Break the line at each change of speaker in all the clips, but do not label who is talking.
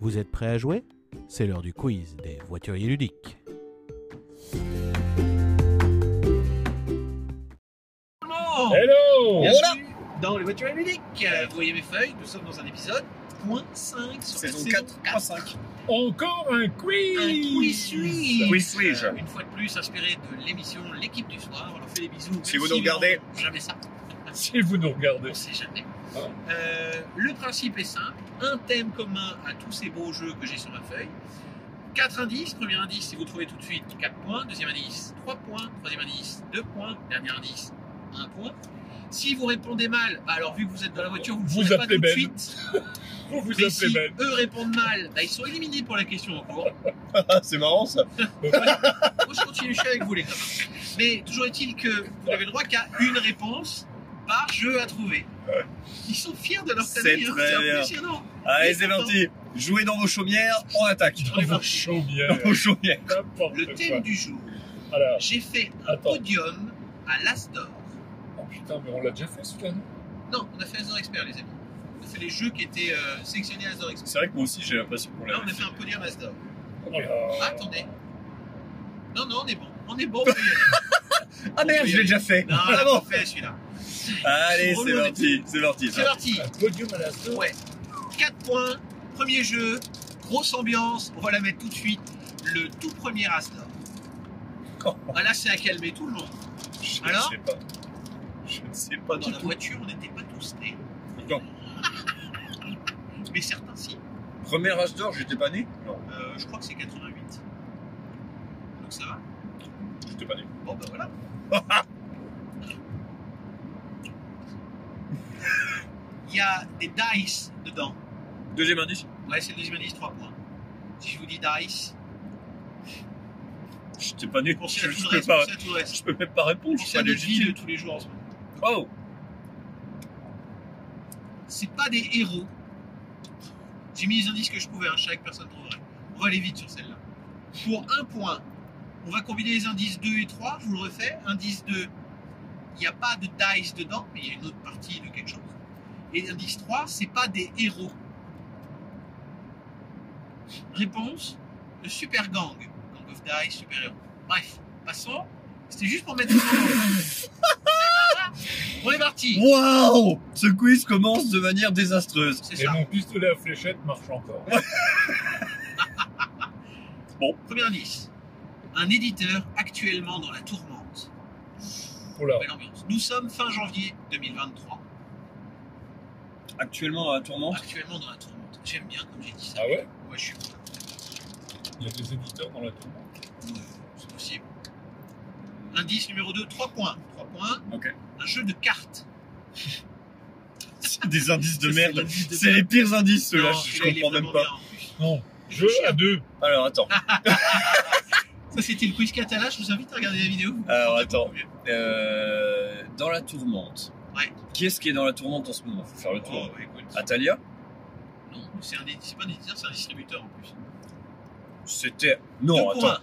Vous êtes prêts à jouer C'est l'heure du quiz des voituriers ludiques.
Bonjour
Hello
Bienvenue Oh. dans les voitures ludiques. Euh, Vous voyez mes feuilles, nous sommes dans un épisode point .5 sur la
Saison
saison
4,
4.
Encore un quiz
Un quiz suisse.
Quiz suisse.
Euh, Une fois de plus, inspiré de l'émission L'équipe du soir. On leur fait des bisous. même
Si vous nous
ils
regardez.
n'auront Jamais ça.
Si vous nous regardez.
On sait jamais.
Ah.
Euh, le principe est simple. Un thème commun à tous ces beaux jeux que j'ai sur ma feuille. Quatre indices. Premier indice, si vous trouvez tout de suite, 4 points. Deuxième indice, 3 points. Troisième indice, 2 points. Dernier indice, 1 point. Si vous répondez mal, bah alors vu que vous êtes dans la voiture, vous ne
Vous
saurez pas
appelez
tout de
Ben.
suite.
Vous vous
Mais
appelez
si
Ben.
eux répondent mal, bah, ils sont éliminés pour la question en cours.
Ah, c'est marrant ça.
Moi, je continue, je suis avec vous, les copains. Mais toujours est-il que vous n'avez le droit qu'à une réponse par jeu à trouver. Ils sont fiers de leur
C'est
famille, hein,
très
c'est
bien.
impressionnant.
Allez, c'est parti. Jouez dans vos chaumières, on attaque.
Dans vos chaumières.
Dans vos chaumières.
N'importe
Le thème
quoi.
du jour,
Ah.
Alors,
j'ai fait un
Attends.
podium à l'Asdor.
oh putain, mais on l'a déjà fait celui-là, non
Non, on a fait Asdor Expert, les amis. On a fait les jeux qui étaient euh, sélectionnés à Asdor Expert.
C'est vrai que moi aussi j'ai l'impression qu'on
Là,
l'a.
on a fait un podium Asdor.
Oh
Ah.
là.
Attendez. Non, non, on est bon. On est bon, on peut y aller.
Ah merde, je l'ai déjà fait.
Non, on
Ah,
l'a
bon.
pas fait celui-là.
Allez, c'est
Relou,
parti. C'est parti.
C'est
ça.
parti.
Un podium à la sauce.
Ouais. 4 points, premier jeu, grosse ambiance, on va la mettre tout de suite. Le tout premier Astor.
Oh.
Ah, là, c'est à calmer tout le monde.
Je
Alors
ne sais pas. Je ne sais pas
Dans
du
la
tout.
voiture, on n'était pas tous nés,
Non.
mais certains si.
Premier âge d'or, j'étais pas né Non,
Euh, je crois que c'est 88. Donc ça va
j'étais pas né.
Bon, ben voilà. Il y a des dice dedans.
Deuxième indice
Ouais, c'est le deuxième indice, 3 points. Si je vous dis dice,
J'étais pas né.
pensez
Je
à tout le
je peux
reste,
pas.
pensez à tout le reste.
Je peux même pas répondre, je suis
C'est
pas
un vie de
légitime.
tous les jours en ce moment.
Oh
C'est pas des héros. J'ai mis les indices que je pouvais, hein, chaque personne trouverait. On va aller vite sur celle-là. Pour un point, on va combiner les indices 2 et 3, je vous le refais. Indice 2, il n'y a pas de dice dedans, mais il y a une autre partie de quelque chose. Et indice 3, c'est pas des héros. Réponse, le super gang. Gang of dice, super héros. Bref, passons. C'était juste pour mettre tout le monde en- On est
Oh.
parti.
Waouh Ce quiz commence de manière désastreuse.
C'est
Et
ça.
mon pistolet à fléchette marche encore.
Premier indice. Un éditeur actuellement dans la tourmente.
Oh là.
Belle ambiance. Nous sommes fin janvier 2023.
Actuellement à la tourmente.
Actuellement dans la tourmente. J'aime bien comme j'ai dit ça.
Ah ouais
Ouais, je suis content.
Il y a des éditeurs dans la tourmente.
Ouais, Euh, C'est possible. Indice numéro 2, 3 points. 3 points.
Ok.
Un jeu de cartes.
C'est des indices de
C'est
merde.
l'indice de
C'est les
merde.
pires indices, ceux-là.
Non,
Je je
celui-là, il est
comprends même
vraiment Ah,
pas.
bien, en plus.
Non. Jeu à deux.
Alors attends.
Ça, c'était le quiz catalan. Je vous invite à regarder la vidéo.
Alors attends, Euh, dans la tourmente.
Ouais.
Qui est-ce qui est dans la tourmente en ce moment Faut faire le
Oh,
tour.
bah, écoute.
Atalia
Non, c'est un édi- c'est pas un éditeur, c'est un distributeur en plus.
C'était. Non,
Deux
attends.
points.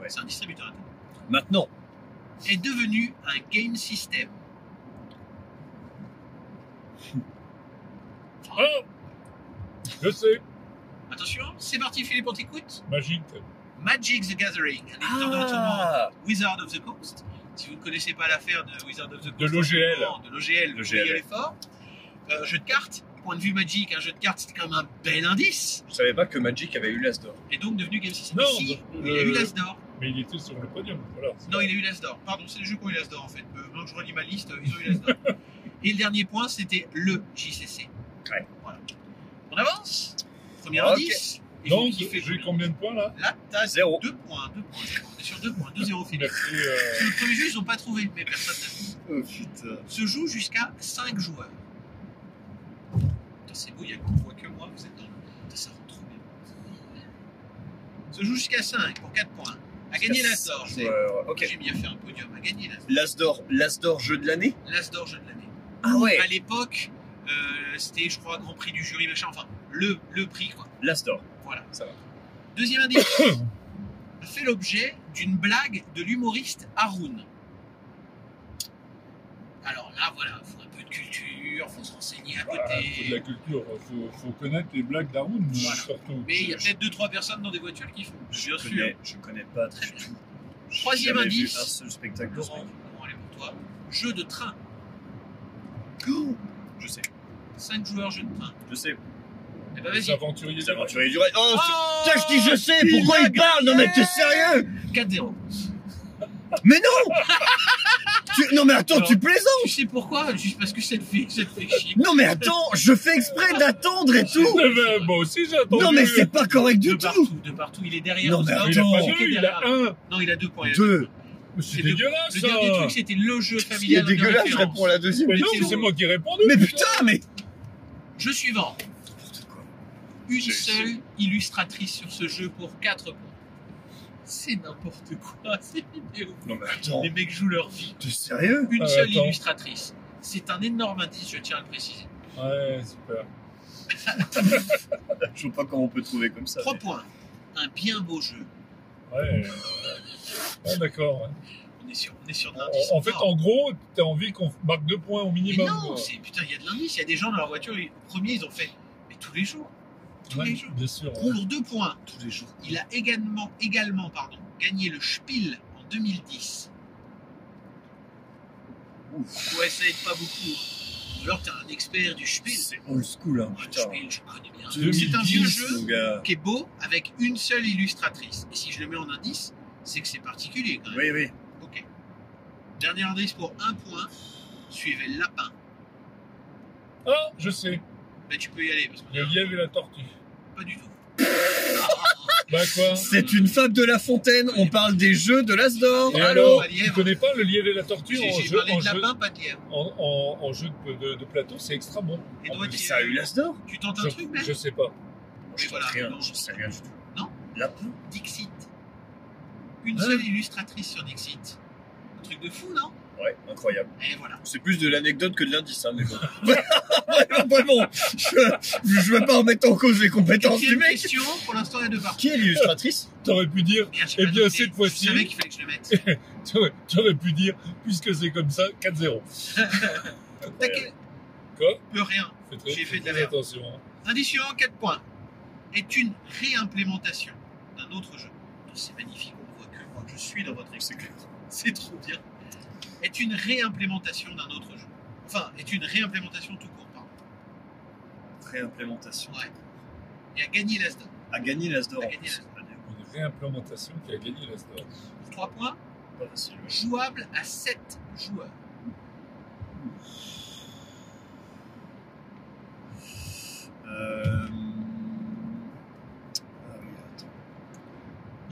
Ouais.
C'est un distributeur. attends.
Maintenant.
Est devenu un game system.
Ah Je sais.
Attention, c'est parti Philippe, on t'écoute.
Magique.
Magic the Gathering, un éditeur
Ah.
de retournement Wizard of the Coast. Si vous ne connaissez pas l'affaire de Wizard of the Coast,
De l'OGL.
non, de l'OGL, vous
L'OGL.
pouvez y aller fort. Euh, jeu de cartes, point de vue Magic, un jeu de cartes, c'était quand même un bel indice.
Je savais pas que Magic avait eu l'As d'or.
Et donc devenu Game System.
Non,
Mais si,
le-
il a eu l'As d'or.
Mais il était sur le podium. Voilà.
Non, il a eu l'As d'or. Pardon, c'est les jeux qui ont eu l'As d'or en fait. Euh, maintenant que je relis ma liste, ils ont eu l'As d'or. Et le dernier point, c'était le JCC.
Ouais.
Voilà. On avance Premier
Ok.
indice. Et
Donc,
vous kiffez.
j'ai combien de points là
Là, t'as
Zéro.
2 points, 2 points, je crois. On est sur 2 points, 2-0 Philippe.
Merci. euh,
Le premier jeu, ils n'ont pas trouvé, mais personne n'a trouvé.
Oh putain.
Se joue jusqu'à 5 joueurs. Putain, c'est beau, il y a qu'on voit que moi, vous êtes dans le. Putain, ça rentre trop bien. Se joue jusqu'à 5 pour 4 points. A gagné l'As d'or. c'est-
euh, Ok.
J'ai bien fait un podium, a gagné l'As d'or.
L'As d'or, l'As d'or jeu de l'année
L'As d'or, jeu de l'année.
Ah ouais
À l'époque, euh, c'était, je crois, Grand Prix du jury, machin, enfin, le, le prix, quoi.
L'As d'or.
Voilà.
Ça va.
Deuxième indice. a fait l'objet d'une blague de l'humoriste Haroun. Alors là, voilà, faut un peu de culture, faut se renseigner à
Voilà, Ah, faut de la
côté.
culture, faut, faut connaître les blagues d'Arun,
Voilà.
surtout.
Mais il y a peut-être deux, trois personnes dans des voitures qui font.
Je
Bien sûr.
connais, je connais pas
Très
du
bien.
tout. J'ai
Troisième
jamais vu
indice.
Un seul spectacle de ce
Laurent,
mec.
Laurent, elle est pour toi. Jeu de train.
Je sais,
5 joueurs, jeu de train.
je sais.
Eh ben
Les
vas-y.
aventuriers.
Les aventuriers du rail. Oh, c'est-
Oh
Putain, je dis je sais, pourquoi il parle Non mais t'es sérieux
4-0.
Mais non Tu- Non mais attends,
Alors-
tu plaisantes
Tu sais pourquoi Juste parce que ça te fait, ça te fait chier.
Non mais attends, je fais exprès d'attendre et tout
Eh ben, Moi aussi j'ai attendu.
Non mais c'est pas correct
de
du tout
partout, de partout. Il est derrière.
Non,
on se-
mais
Il a pas
Attends.
deux, il a un.
Non, il a deux points. il a
Deux
Mais C'est
C'est le-
dégueulasse
Le dernier
ça.
truc, c'était le jeu
Ce qui est
familial. de
dégueulasse, je
référence.
réponds à la deuxième.
Mais non,
c'est
mais c'est
bon.
moi qui ai répondu.
Mais putain, mais
Jeu suivant. Une
J'ai-
seule illustratrice sur ce jeu pour 4 points. C'est n'importe quoi, ces vidéos.
Non mais attends,
Les mecs jouent leur vie.
t'es sérieux
Une
Ah,
seule
attends.
illustratrice. C'est un énorme indice, je tiens à le préciser.
Ouais, super.
Je sais pas comment on peut trouver comme ça.
3 points. Un bien beau jeu.
Ouais. Ah, d'accord. ouais.
On est sur, on est sur de l'indice.
En, en fait,
fort.
en gros, t'as envie qu'on marque deux points au
Ah, Mais
minimum. euh,
non,
euh,
quoi.
c'est- putain, il y a de l'indice. Il y a des gens dans leur voiture, ils- le premier, ils ont fait. Mais tous les jours. Tous
Ouais,
les jours.
Bien sûr. ouais.
Pour 2 points. Tous les jours. Il a également, également pardon, gagné le Spiel en 2010. Ouais, ça aide pas beaucoup. hein. Ou Alors, t'es un expert du Spiel.
C'est old school, hein,
Ah, le
putain.
Spiel, je connais bien. C'est un vieux
2010,
jeu
mon gars.
qui est beau avec une seule illustratrice. Et si je le mets en indice, c'est que c'est particulier quand même.
Oui, oui.
Ok. Dernier indice pour un point. Suivez le lapin.
Ah, je sais.
Mais tu peux y aller parce que
Le lièvre et la tortue.
pas du tout.
Bah quoi
C'est une fable de La Fontaine, on parle des jeux de l'Asdor.
Et
Ah,
alors,
le
tu
lièvre.
connais pas le lièvre et la tortue
J'ai
en
j'ai
jeu,
parlé
en
de
jeu,
lapin, pas de lièvre.
en- en- en jeu de, de- de plateau, c'est extra bon.
Et
Ah,
toi,
mais
tu,
Ça a eu l'Asdor
tu tentes un
Je,
truc, là
je sais pas.
Mais
Je
voilà,
sais rien,
non.
je sais rien du tout.
Non
Lapin
Dixit. Une
Hein
seule illustratrice sur Dixit. Un truc de fou, non
Ouais, incroyable.
Et voilà.
C'est plus de l'anecdote que de l'indice, hein, mais bon. Vraiment, je, je veux pas remettre en cause les compétences du
Quatrième
mec.
question, pour l'instant, il y a deux parties.
Qui est l'illustratrice
T'aurais pu dire,
Merde, j'ai
Eh
pas
bien,
noté.
cette fois-ci-
Je savais qu'il fallait que je le mette.
t'aurais, t'aurais pu dire, puisque c'est comme ça, 4-0.
T'as quel-
Quoi
Le rien.
Fais très,
J'ai fait de la
très
merde.
attention. hein.
Indice suivant, 4 points. Est une réimplémentation d'un autre jeu. Oh, C'est magnifique, on voit que moi, je suis dans votre équipe. C'est trop bien. Est une réimplémentation d'un autre jeu. Enfin, est une réimplémentation tout court, pardon.
Réimplémentation.
Ouais. Et a gagné l'Asdor.
A gagné l'Asdor.
A
en
gagné
plus.
l'Asdor.
Une réimplémentation qui a gagné l'Asdor.
3 points.
Pas facile.
Jouable à 7 joueurs.
Euh... ah oui, attends.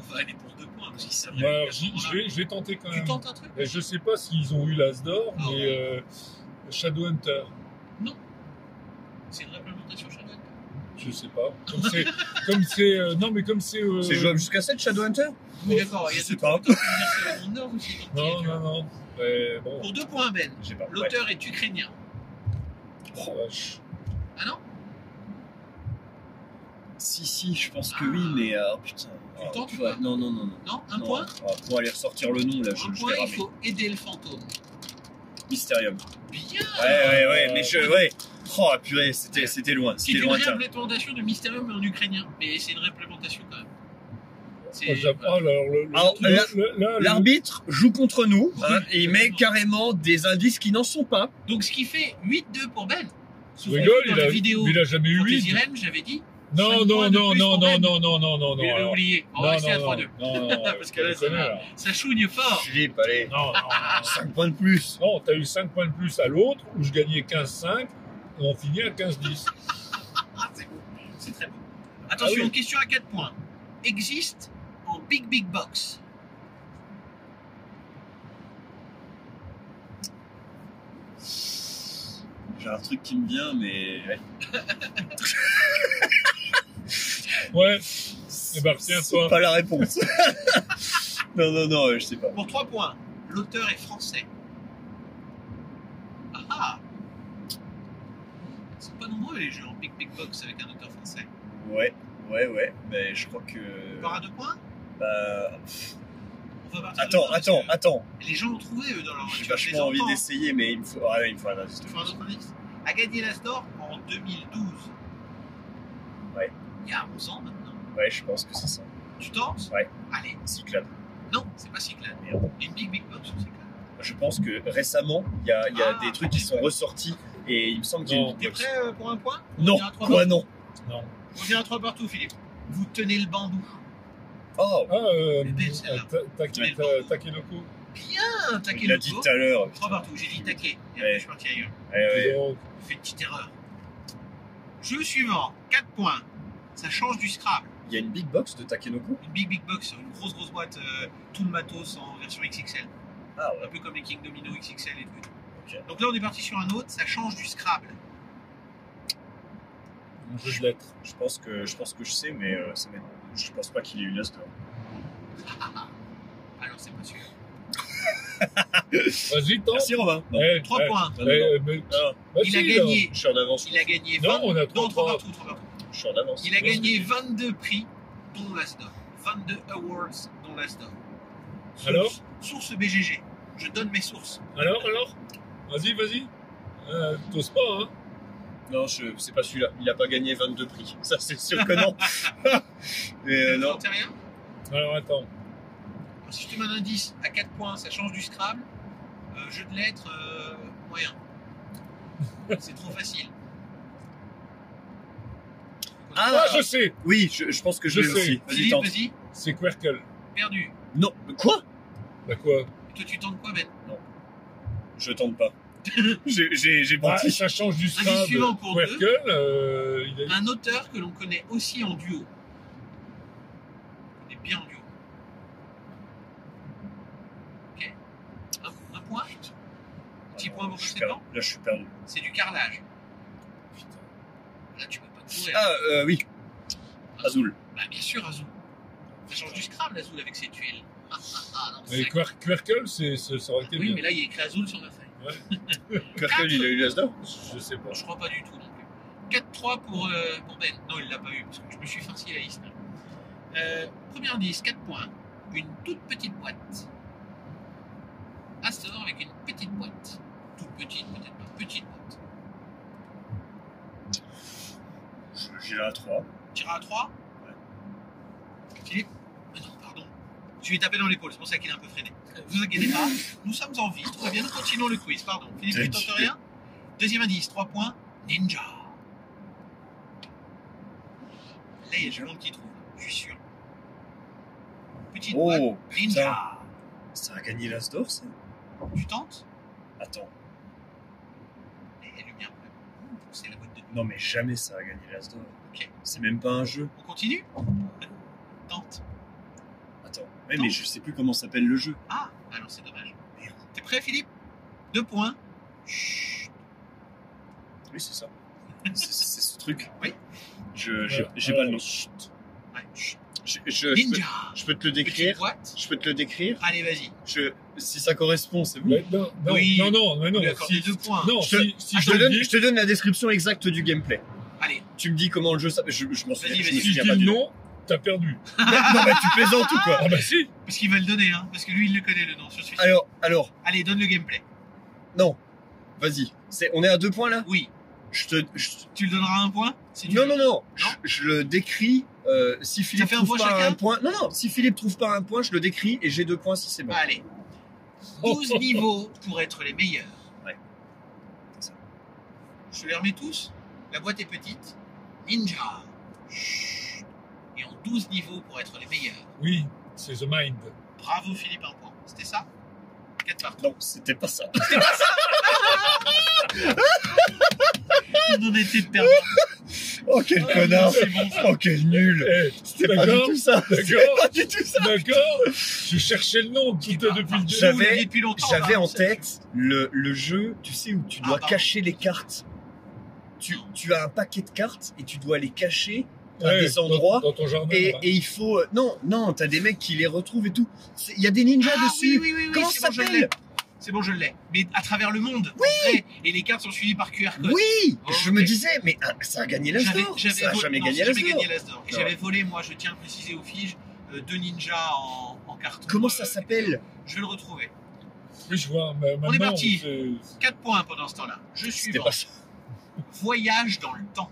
On va aller pour 2 points, parce qu'ils savent.
Bon, alors, j'y- Bah, je vais, euh, je vais tenter quand
Tu
même.
tentes un truc
Et je sais pas s'ils ont eu l'Asdor,
Ah
mais euh, Shadowhunter,
C'est une réimplémentation, Chanel
je sais pas. Comme c'est. comme c'est euh, non, mais comme c'est. euh,
C'est jouable jusqu'à 7 Shadowhunter
Mais d'accord, il y
Je
a
sais
deux
pas.
points. C'est mon ordre, j'ai tenté,
Non,
tu vois.
non, non. Mais bon,
Pour 2 points, Ben.
J'ai pas. Ouais.
L'auteur est ukrainien.
oh, vache.
Ah non
Si, si, je pense que oui, mais ah putain. Ah,
tentes ou
ouais,
pas
Non, non, non. non.
Non Un
Non,
point
ah, Pour aller ressortir le nom, là, je,
Un
je
point,
l'ai
il
ramené.
faut aider le fantôme.
Mysterium.
Bien
Ouais, ouais, ouais, mais je. Ouais. Oh, purée, c'était c'était loin.
C'est
C'était
une
lointain.
réimplémentation de Mysterium en ukrainien. Mais c'est une réimplémentation quand même. C'est-
Oh, j'aime- oh, alors, le,
Ah,
le-
Alors,
le-
là-
le- là, le-
L'arbitre joue contre nous. hein,
Oui.
et il met carrément des indices qui n'en sont pas.
Donc ce qui fait 8-2 pour Ben.
Je
Sauf que
rigole,
dans
il
la
a,
vidéo
mais il a jamais eu
contre les
8.
Irènes, j'avais dit.
Non,
cinq points de
non, non,
plus
non,
pour
non,
Ben.
non, non, non, non,
Mais
non.
il l'a
alors.
oublié. On
Non,
va rester à
non,
3-2.
Non, non, non,
Parce que
je
là,
déconne,
ça va.
là.
Ça chouigne fort.
Philippe, allez.
Non, non, non.
5 points de plus.
Non, t'as eu 5 points de plus à l'autre, où je gagnais 15-5, et on finit à 15-10.
Ah, c'est beau. C'est très beau. Attention,
Ah oui.
question à 4 points. Existe en Big Big Box.
J'ai un truc qui me vient, mais.
Ouais,
C'est
ben, retiens-toi.
pas la réponse. non, non, non, euh, je sais pas.
Pour 3 points, l'auteur est français. Ah ah Ils sont pas nombreux les jeux en Big Big Box avec un auteur français.
Ouais, ouais, ouais, mais je crois
On
que.
part à 2 points
Bah,
On va partir de
attends,
deux, parce
attends,
que
attends.
Les gens ont trouvé eux dans leur
J'ai
voiture. je les
vachement envie
entends.
d'essayer, mais il me faut. Ah, ouais, il me faut un indice.
Tu veux un autre indice a gagné l'Astor en 2012.
Ouais.
Il y a 11 ans maintenant.
Ouais, je pense que c'est ça.
Tu danses
Ouais.
Allez,
Cyclade.
non, c'est pas Cyclade.
Merde.
Les Big Big Box sont Cyclade.
Je pense que récemment, il y a, il y a
Ah.
des trucs qui sont ressortis et il me semble qu'il y a
Non.
une
T'es
box.
prêt euh, pour un point
Non,
On est à trois
quoi, non
Non.
On vient à trois partout, Philippe. Vous tenez le bambou.
Oh,
Ah, euh,
Mais c'est
euh,
là.
ta- ta-
Mais-
ta- Takenoko.
Bien, taquet
il l'a
le
dit
dos.
tout à l'heure.
Trois partout, j'ai dit taquet. Et après,
Ouais.
je suis parti ailleurs.
Eh ouais.
Donc,
J'ai fait une petite erreur. Jeu suivant, 4 points. Ça change du Scrabble.
Il y a une big box de Takenoko
Une big big box, une grosse grosse boîte, euh, tout le matos en version XXL.
Ah
Un
ouais.
peu comme les King Domino XXL et tout. et tout.
Ok.
Donc là, on est parti sur un autre, ça change du Scrabble.
un jeu de lettres.
Je pense que je, pense que je sais, mais euh, ça m'est- je pense pas qu'il ait eu l'Astor.
Alors, c'est pas sûr.
Vas-y, tente.
Merci Romain. Non.
Eh,
3
eh,
points.
Non, non,
eh,
non.
mais-
Ah,
Il a
Vas-y, là.
gagné.
je suis en avance.
Il a gagné 20.
Non, on a
Non, trois
trois, trois.
partout, trois partout.
Je suis en avance.
Il a
Parce que-
gagné 22 prix, dont l'Asdor. 22 awards, dont l'Asdor. Source-
Alors
Source BGG. Je donne mes sources.
Alors, alors Vas-y, vas-y. Euh, T'oses pas, hein
Non, je- c'est pas celui-là. Il a pas gagné 22 prix. Ça, c'est sûr que non. Mais euh,
Vous
non.
en savez rien
Alors, attends.
Alors, Si je te donne un indice à 4 points, ça change du Scrabble. Euh, jeu de lettres, euh, moyen. C'est trop facile.
Ah,
bah,
Ah,
euh,
je sais
oui, je, je pense que je,
Je
l'ai
sais.
aussi. Vas-y,
Philippe,
tente.
vas-y,
C'est Quirkle.
perdu.
Non, quoi
Bah quoi
Et toi, tu tentes quoi, Ben
Je tente pas. J'ai- J'ai j'ai
ah,
menti.
Ça change du Scrabble.
Bah, suivant pour deux.
Quirkle, euh, il a...
Un auteur que l'on connaît aussi en duo. On est bien en duo. Ok. Un, un point Petit point pour
Ah, je suis
Stéphane.
perdu. Là, je suis perdu.
C'est du carrelage. Là, tu peux pas courir.
Ah, euh, oui. Azul.
Bah, bien sûr, Azul. Ça change du Scrabble, Azul, avec ses tuiles. Ah, ah, ah, dans le
Mais
sac.
Quir- Quirkle, c'est- c'est- ça aurait été
oui,
bien.
mais là, il y a écrit Azul sur ma feuille.
Quirkle, il a eu l'Asdor
Je sais pas.
Je crois pas du tout non plus. 4-3 pour, euh, pour Ben. Non, il l'a pas eu, parce que je me suis farci la liste. Euh, premier indice, 4 points. Une toute petite boîte. Astor avec une petite boîte. Toute petite, peut-être pas. Petite boîte.
Je- J'ai la 3.
Tira à 3. Philippe Mais non, pardon. Je lui ai tapé dans l'épaule, c'est pour ça qu'il est un peu freiné. Euh, Vous inquiétez pas, nous sommes en vie. Tout va bien, nous continuons le quiz. Pardon. Philippe, tu tentes rien Deuxième indice, 3 points. Ninja. Là, il y a du monde qui trouve, je suis sûr. Petite boîte,
Oh,
Ninja.
ça a gagné l'Asdor, ça
Tu tentes
Attends.
Eh, Il y a lumière quand même. C'est la boîte de nuit.
Non, mais jamais ça a gagné l'Asdor.
Ok.
C'est même pas un jeu.
On continue Tente.
Attends. Ouais,
Non.
mais je sais plus comment s'appelle le jeu.
Ah, ah non, c'est dommage.
Merde.
T'es prêt, Philippe Deux points. Chut.
Oui, c'est ça. C'est- C'est c'est ce truc.
Oui.
Je j'ai
Voilà.
j'ai pas le nom.
Ouais.
Je, je- je peux,
Ninja.
je peux te le
Petite
décrire.
boîte.
Je peux te le décrire.
Allez, vas-y.
Je, si ça correspond, c'est bon.
Mais non, non,
Oui.
non, non,
Oh,
mais non.
lui accorde
Si,
deux points.
non,
Ah, Je-
si, si Ah,
je,
je
te
le
donne,
dis,
je te donne la description exacte du gameplay.
Allez,
Tu me dis comment le jeu s'appelle. Je, je m'en souviens,
Vas-y,
je
vas-y.
me
si je
souviens
dis
pas
le
du
nom, t'as perdu.
non, mais tu plaisantes ou quoi
Ah bah si
parce qu'il va le donner, hein, parce que lui, il le connaît, le nom, je suis sûr.
Alors, alors,
Allez, donne le gameplay.
non. Vas-y. C'est, on est à deux points là
Oui,
Je te. je-
tu le donneras un point si tu
non,
veux.
non, non, Je, je le décris. euh, si Philippe
fait un
trouve
point
pas
chacun
un point. Non, non. Si Philippe trouve pas un point, je le décris et j'ai deux points si c'est bon.
Allez. 12 niveaux pour être les meilleurs.
Oh. Ouais. C'est ça.
Je te les remets tous. La boîte est petite. Ninja. Chut. Et en 12 niveaux pour être les meilleurs.
Oui, c'est The Mind.
Bravo Philippe, un point. C'était ça 4 partout.
Non, c'était pas ça.
On en était perdu.
Oh quel connard Oh quel nul
Eh,
C'était pas du
D'accord.
tout ça C'était
D'accord.
pas du tout ça
D'accord Je cherchais le nom tout,
bah,
depuis le début.
Vous
J'avais-
l'aviez depuis longtemps,
J'avais
hein,
en
ça.
tête le, le jeu, tu sais, où tu
Ah,
dois
pardon.
cacher les cartes. Tu, tu as un paquet de cartes et tu dois les cacher à
Ouais,
des
Eh, dans-
endroits.
Dans ton jardin.
Et,
là.
et il faut... euh, non, non, t'as des mecs qui les retrouvent et tout. C'est- Il y a des ninjas
Ah,
dessus.
oui, oui, oui, oui,
Comment
c'est
ça
bon, je
s'appelle
l'ai. C'est bon, je l'ai. Mais à travers le monde. Oui. Et les cartes sont suivies par QR code.
Oui,
Oh,
je
ok.
me disais, mais ah, ça a gagné l'âge
J'avais-
d'or.
j'avais
Ça a
volé-
jamais
non,
gagné
ça a
l'âge
jamais
d'or.
gagné l'Asdor. Et
Non.
J'avais volé, moi, je tiens à le préciser aux figes, euh, deux ninjas en, en carton.
Comment
euh,
ça s'appelle
Je vais le retrouver.
Oui, je vois. ma- Maintenant,
parti.
c'est-
4 points pendant ce temps-là. Je suis
C'était pas ça.
Voyage dans le temps.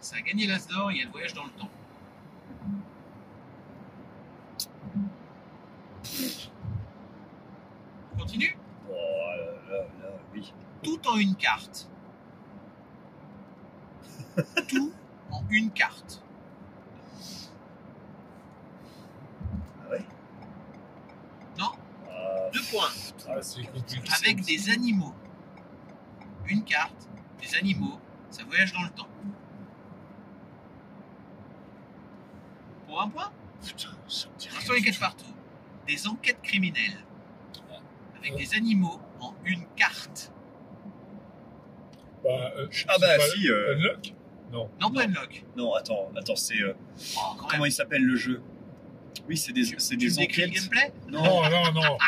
Ça a gagné l'As d'or, il y a le voyage dans le temps. On Continue
Oh là là là, oui.
Tout en une carte. Tout en une carte.
Ah ouais
Non.
Ah,
Deux points.
Ah, c'est compliqué.
avec des animaux. Une carte, des animaux, ça voyage dans le temps. Pour un point,
putain, ça me dit rien.
Vincent les quatre partout. Des enquêtes criminelles. Avec des animaux en une carte.
Bah, euh,
Ah
c'est
bah
pas
si, euh,
Unlock
Non, pas une lock.
Oh,
Non, attends, attends, c'est. euh,
Oh, quand
comment
même.
il s'appelle le jeu Oui, c'est des, c'est
Tu
des
me décris le
enquêtes.
gameplay
Non,
Non, non, non.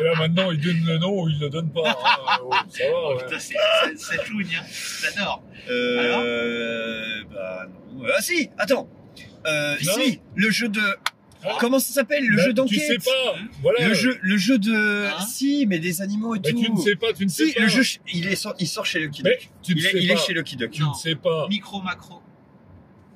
Et là, maintenant, il donne le nom ou il ne le donne pas. hein. Oh, ça va,
Oh,
ouais.
putain, c'est- c'est c'est flouine, hein. J'adore.
Ah.
euh. Bah non. Ah si, attends. Euh,
Non.
si, le jeu de.
Ah.
Comment ça s'appelle Le
Bah,
jeu
Tu sais
d'enquête
pas.
Hein
Voilà.
Le jeu, le jeu de.
Hein
si, mais des animaux et
Mais
tout.
Bah, tu ne sais pas, tu ne sais
si,
pas.
le jeu, il, est, sor- il sort chez Lucky
Mais
Duck.
tu ne
il
sais
est, il
pas.
est chez Lucky Duck.
Tu ne sais pas.
Micro, macro.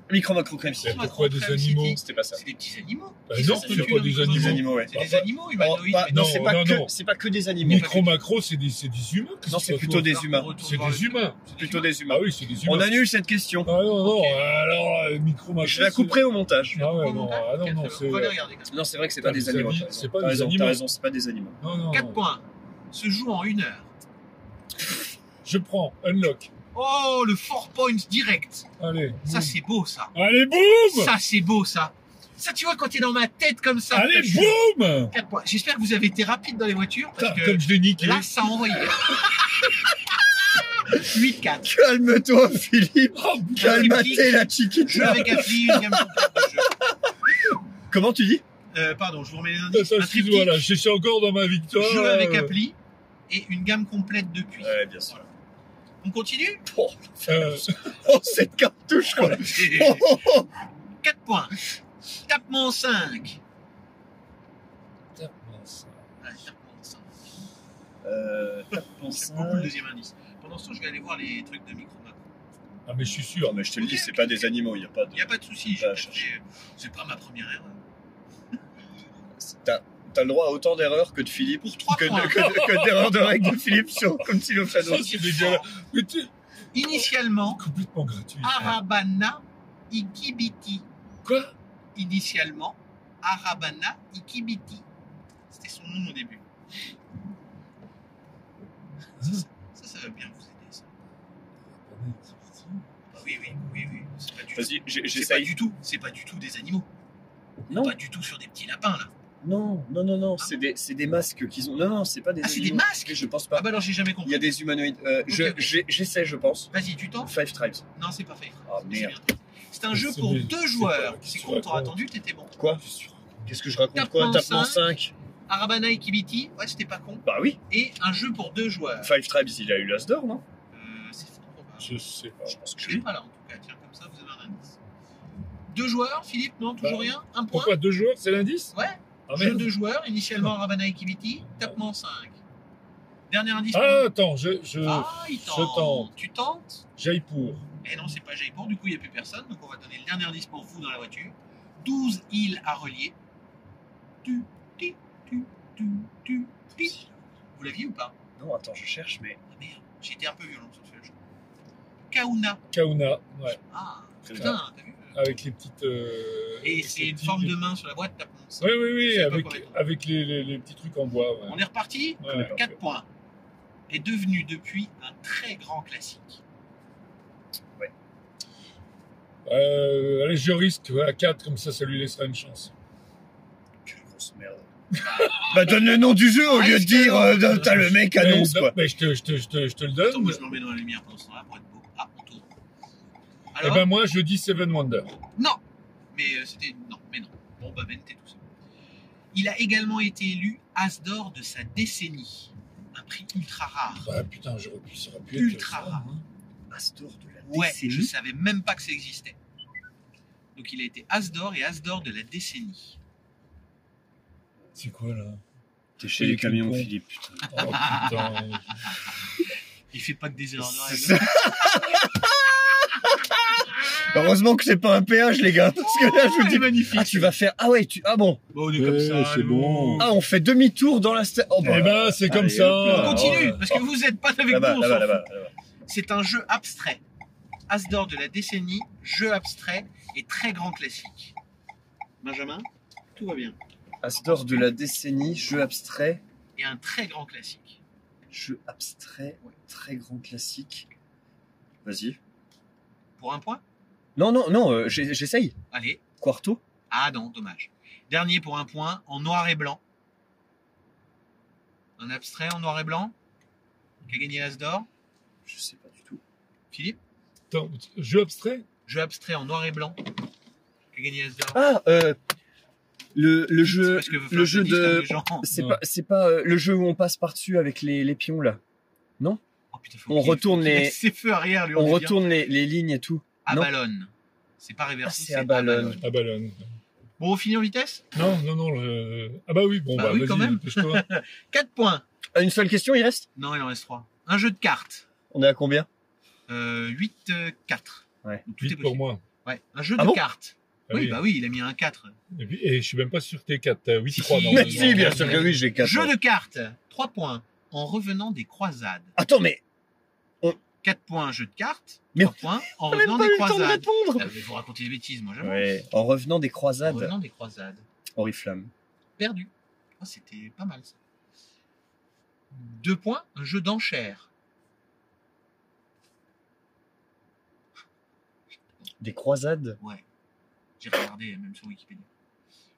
Micro Macro Crème
C'est
City.
pourquoi des
Crème
animaux
City.
C'était pas ça.
C'est des petits animaux.
Bah
Qui
non,
se
c'est
tuent
pas
dans
des
le
Des
animaux.
animaux, ouais.
C'est des animaux humanoïdes.
Bah,
mais
non,
non,
c'est pas,
non,
que-
non.
c'est pas que des animaux.
Micro macro, c'est des, c'est des humains.
Non,
Qu'est-ce
c'est
que
plutôt
toi
des humains.
on retourne
C'est
voir
des
le-
humains.
c'est
Plutôt des humains.
Ah oui, c'est des humains.
On annule cette question.
Ah non, non.
Ok.
Alors, euh, micro macro.
Je la
c'est-
couperai au montage.
Ah ouais,
On
non,
va
ah non, non, c'est.
aller regarder.
Non, c'est vrai que c'est
Putain,
pas des
les
animaux.
amis,
t'as raison.
c'est pas
T'as
des
raison,
animaux.
t'as raison, c'est pas des animaux.
Non, non.
4 points. Se joue en une heure.
Je prends. Unlock.
Oh, le 4 points direct.
Allez.
Ça,
boum.
c'est beau, ça.
Allez, boum
Ça, c'est beau, ça. Ça, tu vois, quand t'es dans ma tête comme ça.
Allez,
putain, je-
Euh,
boum
Quatre points. J'espère que vous avez été rapide dans les voitures parce
Putain,
que
Comme je l'ai niqué.
là, ça a envoyé. 8-4.
Calme-toi, Philippe.
Oh,
Calme-toi, la
Jeu
chiquita.
avec appli, une gamme complète de jeux.
Comment tu dis
Euh, pardon, je vous remets les
putain,
indices.
ça,
Un
excuse-moi là.
triptyque,
Je suis encore dans ma victoire.
jeu avec
euh,
appli et une gamme complète depuis.
Ouais, bien sûr.
On continue
Oh,
euh,
oh, cette cartouche, quoi. Oh, oh, oh.
4 points. Tapement 5. Ouais,
euh,
tapement 5.
Euh,
J'aime beaucoup le deuxième indice. Pendant ce temps, je vais aller voir les trucs de micro
Ah, mais je suis sûr.
Non, mais je te le dis, c'est pas des animaux. Il y a pas de.
Il n'y a pas de souci. je-
Bah,
je-
cherche.
C'est pas ma première erreur.
T'as t'as le droit à autant d'erreurs que de Philippe.
trois
que de-
points.
que de- que d'erreurs de règles de Philippe sur comme si le Shadow.
Ça, c'est dégueulasse. Mais tu
Initialement,
complètement gratuit.
Ah,
Ah,
Arabana Ikibiti.
Quoi
Initialement, Arabana Ikibiti. C'était son nom au début. Ça, ça va bien vous aider. Ça. Ah Oui, oui, oui, oui. C'est pas du tout.
Vas-y, j'ai-
C'est pas
j'essaye.
du tout. C'est pas du tout des animaux.
Non.
Pas du tout sur des petits lapins là.
Non, non, non, non, c'est des, c'est des masques qu'ils ont. Non, non, c'est pas des
Ah, c'est des
animaux.
masques
Je pense
Ah
pas.
bah alors j'ai jamais
Il y a
compris.
des humanoïdes. Euh, je-
Ok, ok.
j'ai- J'essaie, je pense.
Vas-y, tu tentes
Five Tribes.
Non, c'est pas fait.
Ah,
C'est bien.
merde.
C'est un jeu
C'est
pour
bien.
deux
C'est
joueurs.
pas-
C'est
tu
con, t'aurais
racontes.
attendu, t'étais bon.
Quoi Qu'est-ce que je raconte
Tapement
quoi Tapement
cinq.
5
Arabana et Kibiti, ouais, c'était pas con.
Bah oui.
Et un jeu pour deux joueurs.
Five Tribes, il a eu l'as d'or, non Bah,
Euh, c'est fort probable.
Je sais pas.
Je pense que
Je l'ai pas là, en tout cas. Tiens, comme ça, vous avez un indice. Deux joueurs, Philippe, non, toujours
Bah,
rien Un point
Pourquoi deux joueurs, c'est l'indice
Ouais.
Ah,
Jeu
merde.
de joueurs, initialement Arabana et Kibiti, tapement 5. Dernier indice.
Ah, attends, je, je,
Ah, il
je
tente.
tente.
Tu tentes
j'aille pour.
Eh non, c'est pas Jaipur, du coup, il n'y a plus personne. Donc, on va donner le dernier indice pour vous dans la voiture. 12 îles à relier. Tu, ti, tu, tu, tu, ti. Vous l'aviez ou pas
Non, attends, je cherche, mais.
Ah merde, j'ai été un peu violent sur celui-là. je crois. Kauna.
Kauna, ouais.
Ah,
C'est
putain, t'as vu
Avec les petites. euh,
Et
les
c'est une
petites-
forme de main sur la boîte, tapons ça.
Oui, oui,
Je
oui,
sais pas
avec,
quoi répondre.
avec les, les, les petits trucs en bois. ouais.
On est reparti
Ouais, ouais.
4 points. Est devenu depuis un très grand classique.
Euh, allez, je risque à 4, comme ça, ça lui laissera une chance.
Quelle grosse merde. bah, donne le nom du jeu au
Ouais,
lieu de
c'est
dire
vrai.
euh, t'as le mec
Mais
annonce,
non,
bah,
quoi.
mais je te, je te, je te, je te le
Attends,
donne.
moi je me remets dans la lumière pendant ce temps-là pour être beau. Ah, on tourne.
Et
Alors,
ben moi, je dis Seven Wonder.
non Mais euh, c'était. Non, mais non. Bon, bah, Ben, t'es tout seul. Il a également été élu As d'or de sa décennie. Un prix ultra rare.
Ah putain, j'aurais pu, ça aurait pu
Ultra
être ça,
rare.
hein.
Astor de la
Ouais,
décennie.
je savais même pas que ça existait. Donc il a été As d'or et As d'or de la décennie.
C'est quoi là Oh,
T'es
chez les camions,
Philippe, putain.
Oh putain.
Il fait pas que des erreurs de
C'est
règle.
ça. Heureusement que c'est pas un péage, les gars, parce que là, je vous
C'est
dis,
magnifique.
ah, tu vas faire, ah ouais, tu, ah bon,
Bon, on est comme
Eh,
ça.
c'est
nous.
bon.
ah, on fait demi-tour dans la station. Oh, bah,
Eh ben, c'est comme
Allez, hop
On
là.
ça.
continue, parce que vous n'êtes pas avec
Ah, là-bas,
nous. on
là-bas,
s'en
là-bas,
fout.
là-bas.
C'est un jeu abstrait. As d'or de la décennie, jeu abstrait et très grand classique. Benjamin, tout va bien.
Astor de la décennie, jeu abstrait,
Et un très grand classique.
jeu abstrait, très grand classique. Vas-y.
Pour un point
Non, non, non, euh, j'ai- j'essaye.
Allez.
Quarto.
Ah non, dommage. Dernier pour un point, en noir et blanc. Un abstrait en noir et blanc. Qui a gagné l'As d'or
Je sais pas du tout.
Philippe
Attends, jeu abstrait
Jeu abstrait en noir et blanc. Qui a gagné l'As d'or
Ah, euh, le, le
C'est
jeu,
parce que veut faire
le jeu
distinguer
de,
hein, les gens.
c'est
Non.
pas, c'est pas euh, le jeu où on passe par-dessus avec les, les pions, là.
Oh, putain, faut
On
qu'il-
retourne
qu'il
les-
laisse ses feux arrière, lui.
On
dit bien.
retourne les, les lignes et tout. non.
Abalone. C'est pas
Ah,
réversible.
c'est Abalone.
Ah bah là, non.
Bon, on finit en vitesse
Non, non, non. le- Ah bah oui, bon,
Bah
bah,
oui,
vas-y,
quand même.
dépêche-toi.
4 points.
Ah, Une seule question, il reste?
Non, il en reste 3. Un jeu de cartes. Euh,
On est à combien?
8, 4.
Ouais.
Tout est
Vite pour
possible.
moi.
Ouais. Un jeu
Ah
de
bon
cartes.
Ah
oui,
oui.
bah oui, il a mis un 4.
Et puis, et je suis même pas sûr que t'es 4, t'as 8,
Si,
3
si.
normalement.
Mais si, bien sûr que oui, j'ai quatre.
Jeu de cartes. 3 points. En revenant des croisades.
Attends, mais
4 points, jeu de cartes.
Mais
3 points en
on n'a
revenant
même pas
des
eu le temps de
croisades.
répondre.
Ah, mais vous racontez des bêtises, moi jamais.
Ouais. En revenant des
En
croisades,
revenant des croisades.
Oriflamme.
Perdu. Oh, C'était pas mal ça. 2 points, un jeu d'enchères.
Des croisades
Ouais. J'ai regardé même sur Wikipédia.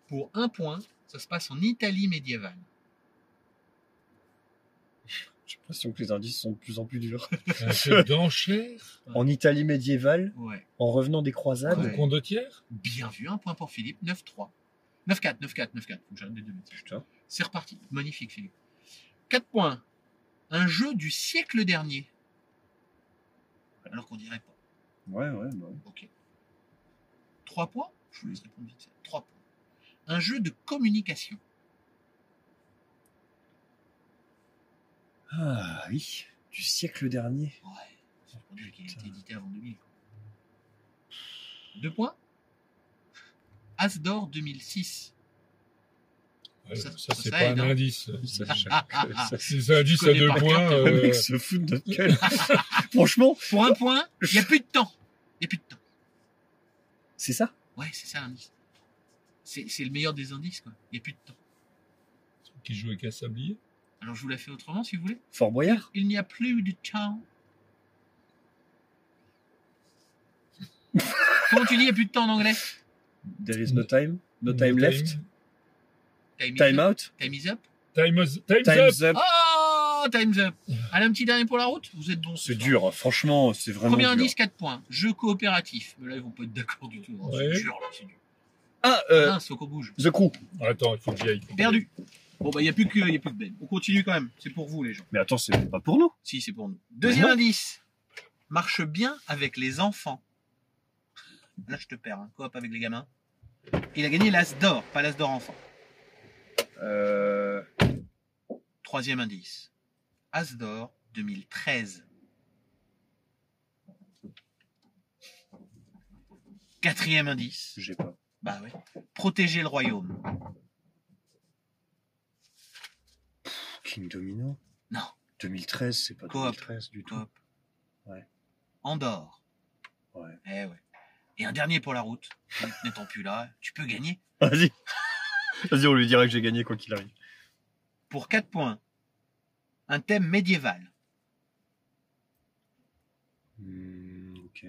Pour un point, ça se passe en Italie médiévale.
J'ai l'impression que les indices sont de plus en plus durs.
Un jeu d'enchères
en Italie médiévale,
Ouais.
en revenant des croisades.
pour
Ouais.
condottière
Bien vu, un point pour Philippe, 9-3. 9-4, 9-4, 9-4. Faut que j'arrête de mettre.
Putain.
C'est reparti. Magnifique, Philippe. 4 points. Un jeu du siècle dernier. Alors qu'on dirait pas.
Ouais, ouais, bah ouais.
Ok. 3 points Je vous laisse répondre vite. 3 points. Un jeu de communication.
Ah oui, du siècle dernier.
Ouais. On dirait qu'il a été édité avant 2000. quoi. Deux points. As d'or 2006.
Ouais,
Ça-
Ça,
ça, ça
c'est pas
aide,
un
hein.
indice.
Ça,
Ah, ah, ah.
Si c'est un indice à
connais
2
par
points,
cœur,
Le
euh,
mec se fout de notre gueule. Franchement,
Pour un point, il n'y a plus de temps. Il n'y a plus de temps.
c'est ça
Ouais, c'est ça l'indice. C'est c'est le meilleur des indices, quoi. Il n'y a plus de temps.
qui joue avec un sablier.
Alors je vous la fais autrement si vous voulez.
Fort Boyard
Il n'y a plus de temps. Comment tu dis il n'y a plus de temps en anglais
There is no time, Mm. no time left,
Time is
time
up.
out,
Time is up.
Time, is- time's up.
time's up. Ah.
Oh, time's up. Allez, un petit dernier pour la route. Vous êtes bon. ce
C'est
soir.
dur, hein. franchement, c'est vraiment
Premier
dur.
indice, 4 points. Jeu coopératif. Mais là, ils vont pas être d'accord du tout. hein.
Ouais.
C'est dur, là, c'est dur.
Ah, euh,
Mince, faut qu'on bouge.
The Crew.
Attends, il faut que j'y aille. faut que
Perdu. Bon, bah, il n'y a, plus que- y a plus que Ben. On continue quand même. C'est pour vous, les gens.
Mais attends, c'est pas pour nous.
Si, c'est pour nous. Deuxième
non.
indice. Marche bien avec les enfants. Là, je te perds. Hein. Coop avec les gamins. Il a gagné l'as d'or, pas l'as d'or enfant.
Euh,
Troisième indice. As d'or 2013. Quatrième indice.
j'ai pas.
Bah ouais. Protéger le royaume.
King Domino
Non.
2013, c'est pas
Coop.
2013 du tout.
Top.
Ouais.
Andorre.
Ouais.
Eh ouais. Et un dernier pour la route. Philippe N'étant plus là, tu peux gagner.
Vas-y. Vas-y, on lui dira que j'ai gagné quoi qu'il arrive.
Pour 4 points. Un thème médiéval.
Hmm, ok.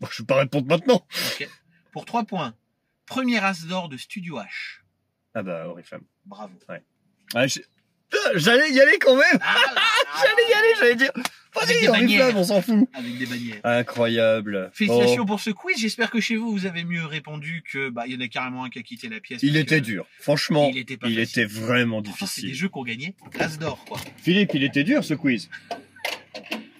Bon, je vais pas répondre maintenant.
Pour 3 points. Premier as d'or de Studio H.
Ah bah, Oriflamme. Ah,
Bravo.
Ouais, j'ai- Putain, J'allais y aller quand même.
Ah, là, là, là,
J'allais y aller, j'allais dire.
Avec
Vas-y,
des
Oriflamme,
bannières.
on s'en fout.
Avec des bannières.
Incroyable.
Félicitations
Bon,
pour ce quiz. J'espère que chez vous, vous avez mieux répondu que. Bah, il y en a carrément un qui a quitté la pièce.
Oh, il
parce
était
que
dur. Franchement,
Il était pas
il
facile.
était vraiment
Pourtant, c'est des
difficile.
jeux qu'on gagnait. As d'or, quoi.
Philippe, il était dur ce quiz.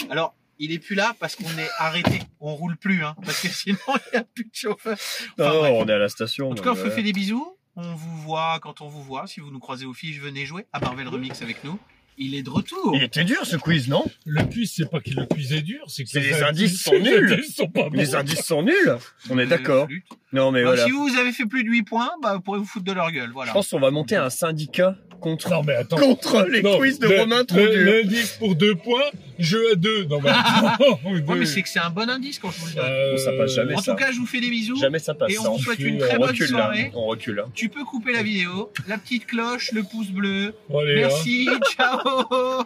Alors, il est plus là parce qu'on est arrêté. On roule plus, hein, parce que sinon, il n'y a plus de chauffeur. Enfin,
Non,
bref.
Oh, on est à la station.
En tout cas, on
donc
vous
voilà.
fait des bisous. On vous voit quand on vous voit. Si vous nous croisez aux fiches, venez jouer à Marvel Remix avec nous. Il est de retour.
Il était dur ce quiz, non
Le quiz, c'est pas qu'il le quiz est dur, c'est que
C'est les indices sont
Les
nuls.
indices sont pas bons.
Les indices sont nuls. On est
Euh,
d'accord.
flûte.
Non, mais
Bah,
voilà.
Si vous avez fait plus de 8 points, bah, vous pourrez vous foutre de leur gueule.
Je
Voilà.
pense qu'on va monter un syndicat contre
Non, mais attends.
contre les
Non,
quiz de
le-
Romain trop
le-
durs.
L'indice pour deux points, jeu à deux. Non, mais attends.
Ouais, mais c'est que c'est un bon indice quand je vous le donne.
Euh,
Ça passe jamais.
en
ça.
tout cas, je vous fais des bisous.
Jamais ça passe.
Et on
ça.
vous souhaite
recule,
une
on
très
on
bonne
recule là.
soirée.
On recule hein. là.
Tu peux couper la vidéo, la petite cloche, le pouce bleu.
Allez, hein.
Merci, ciao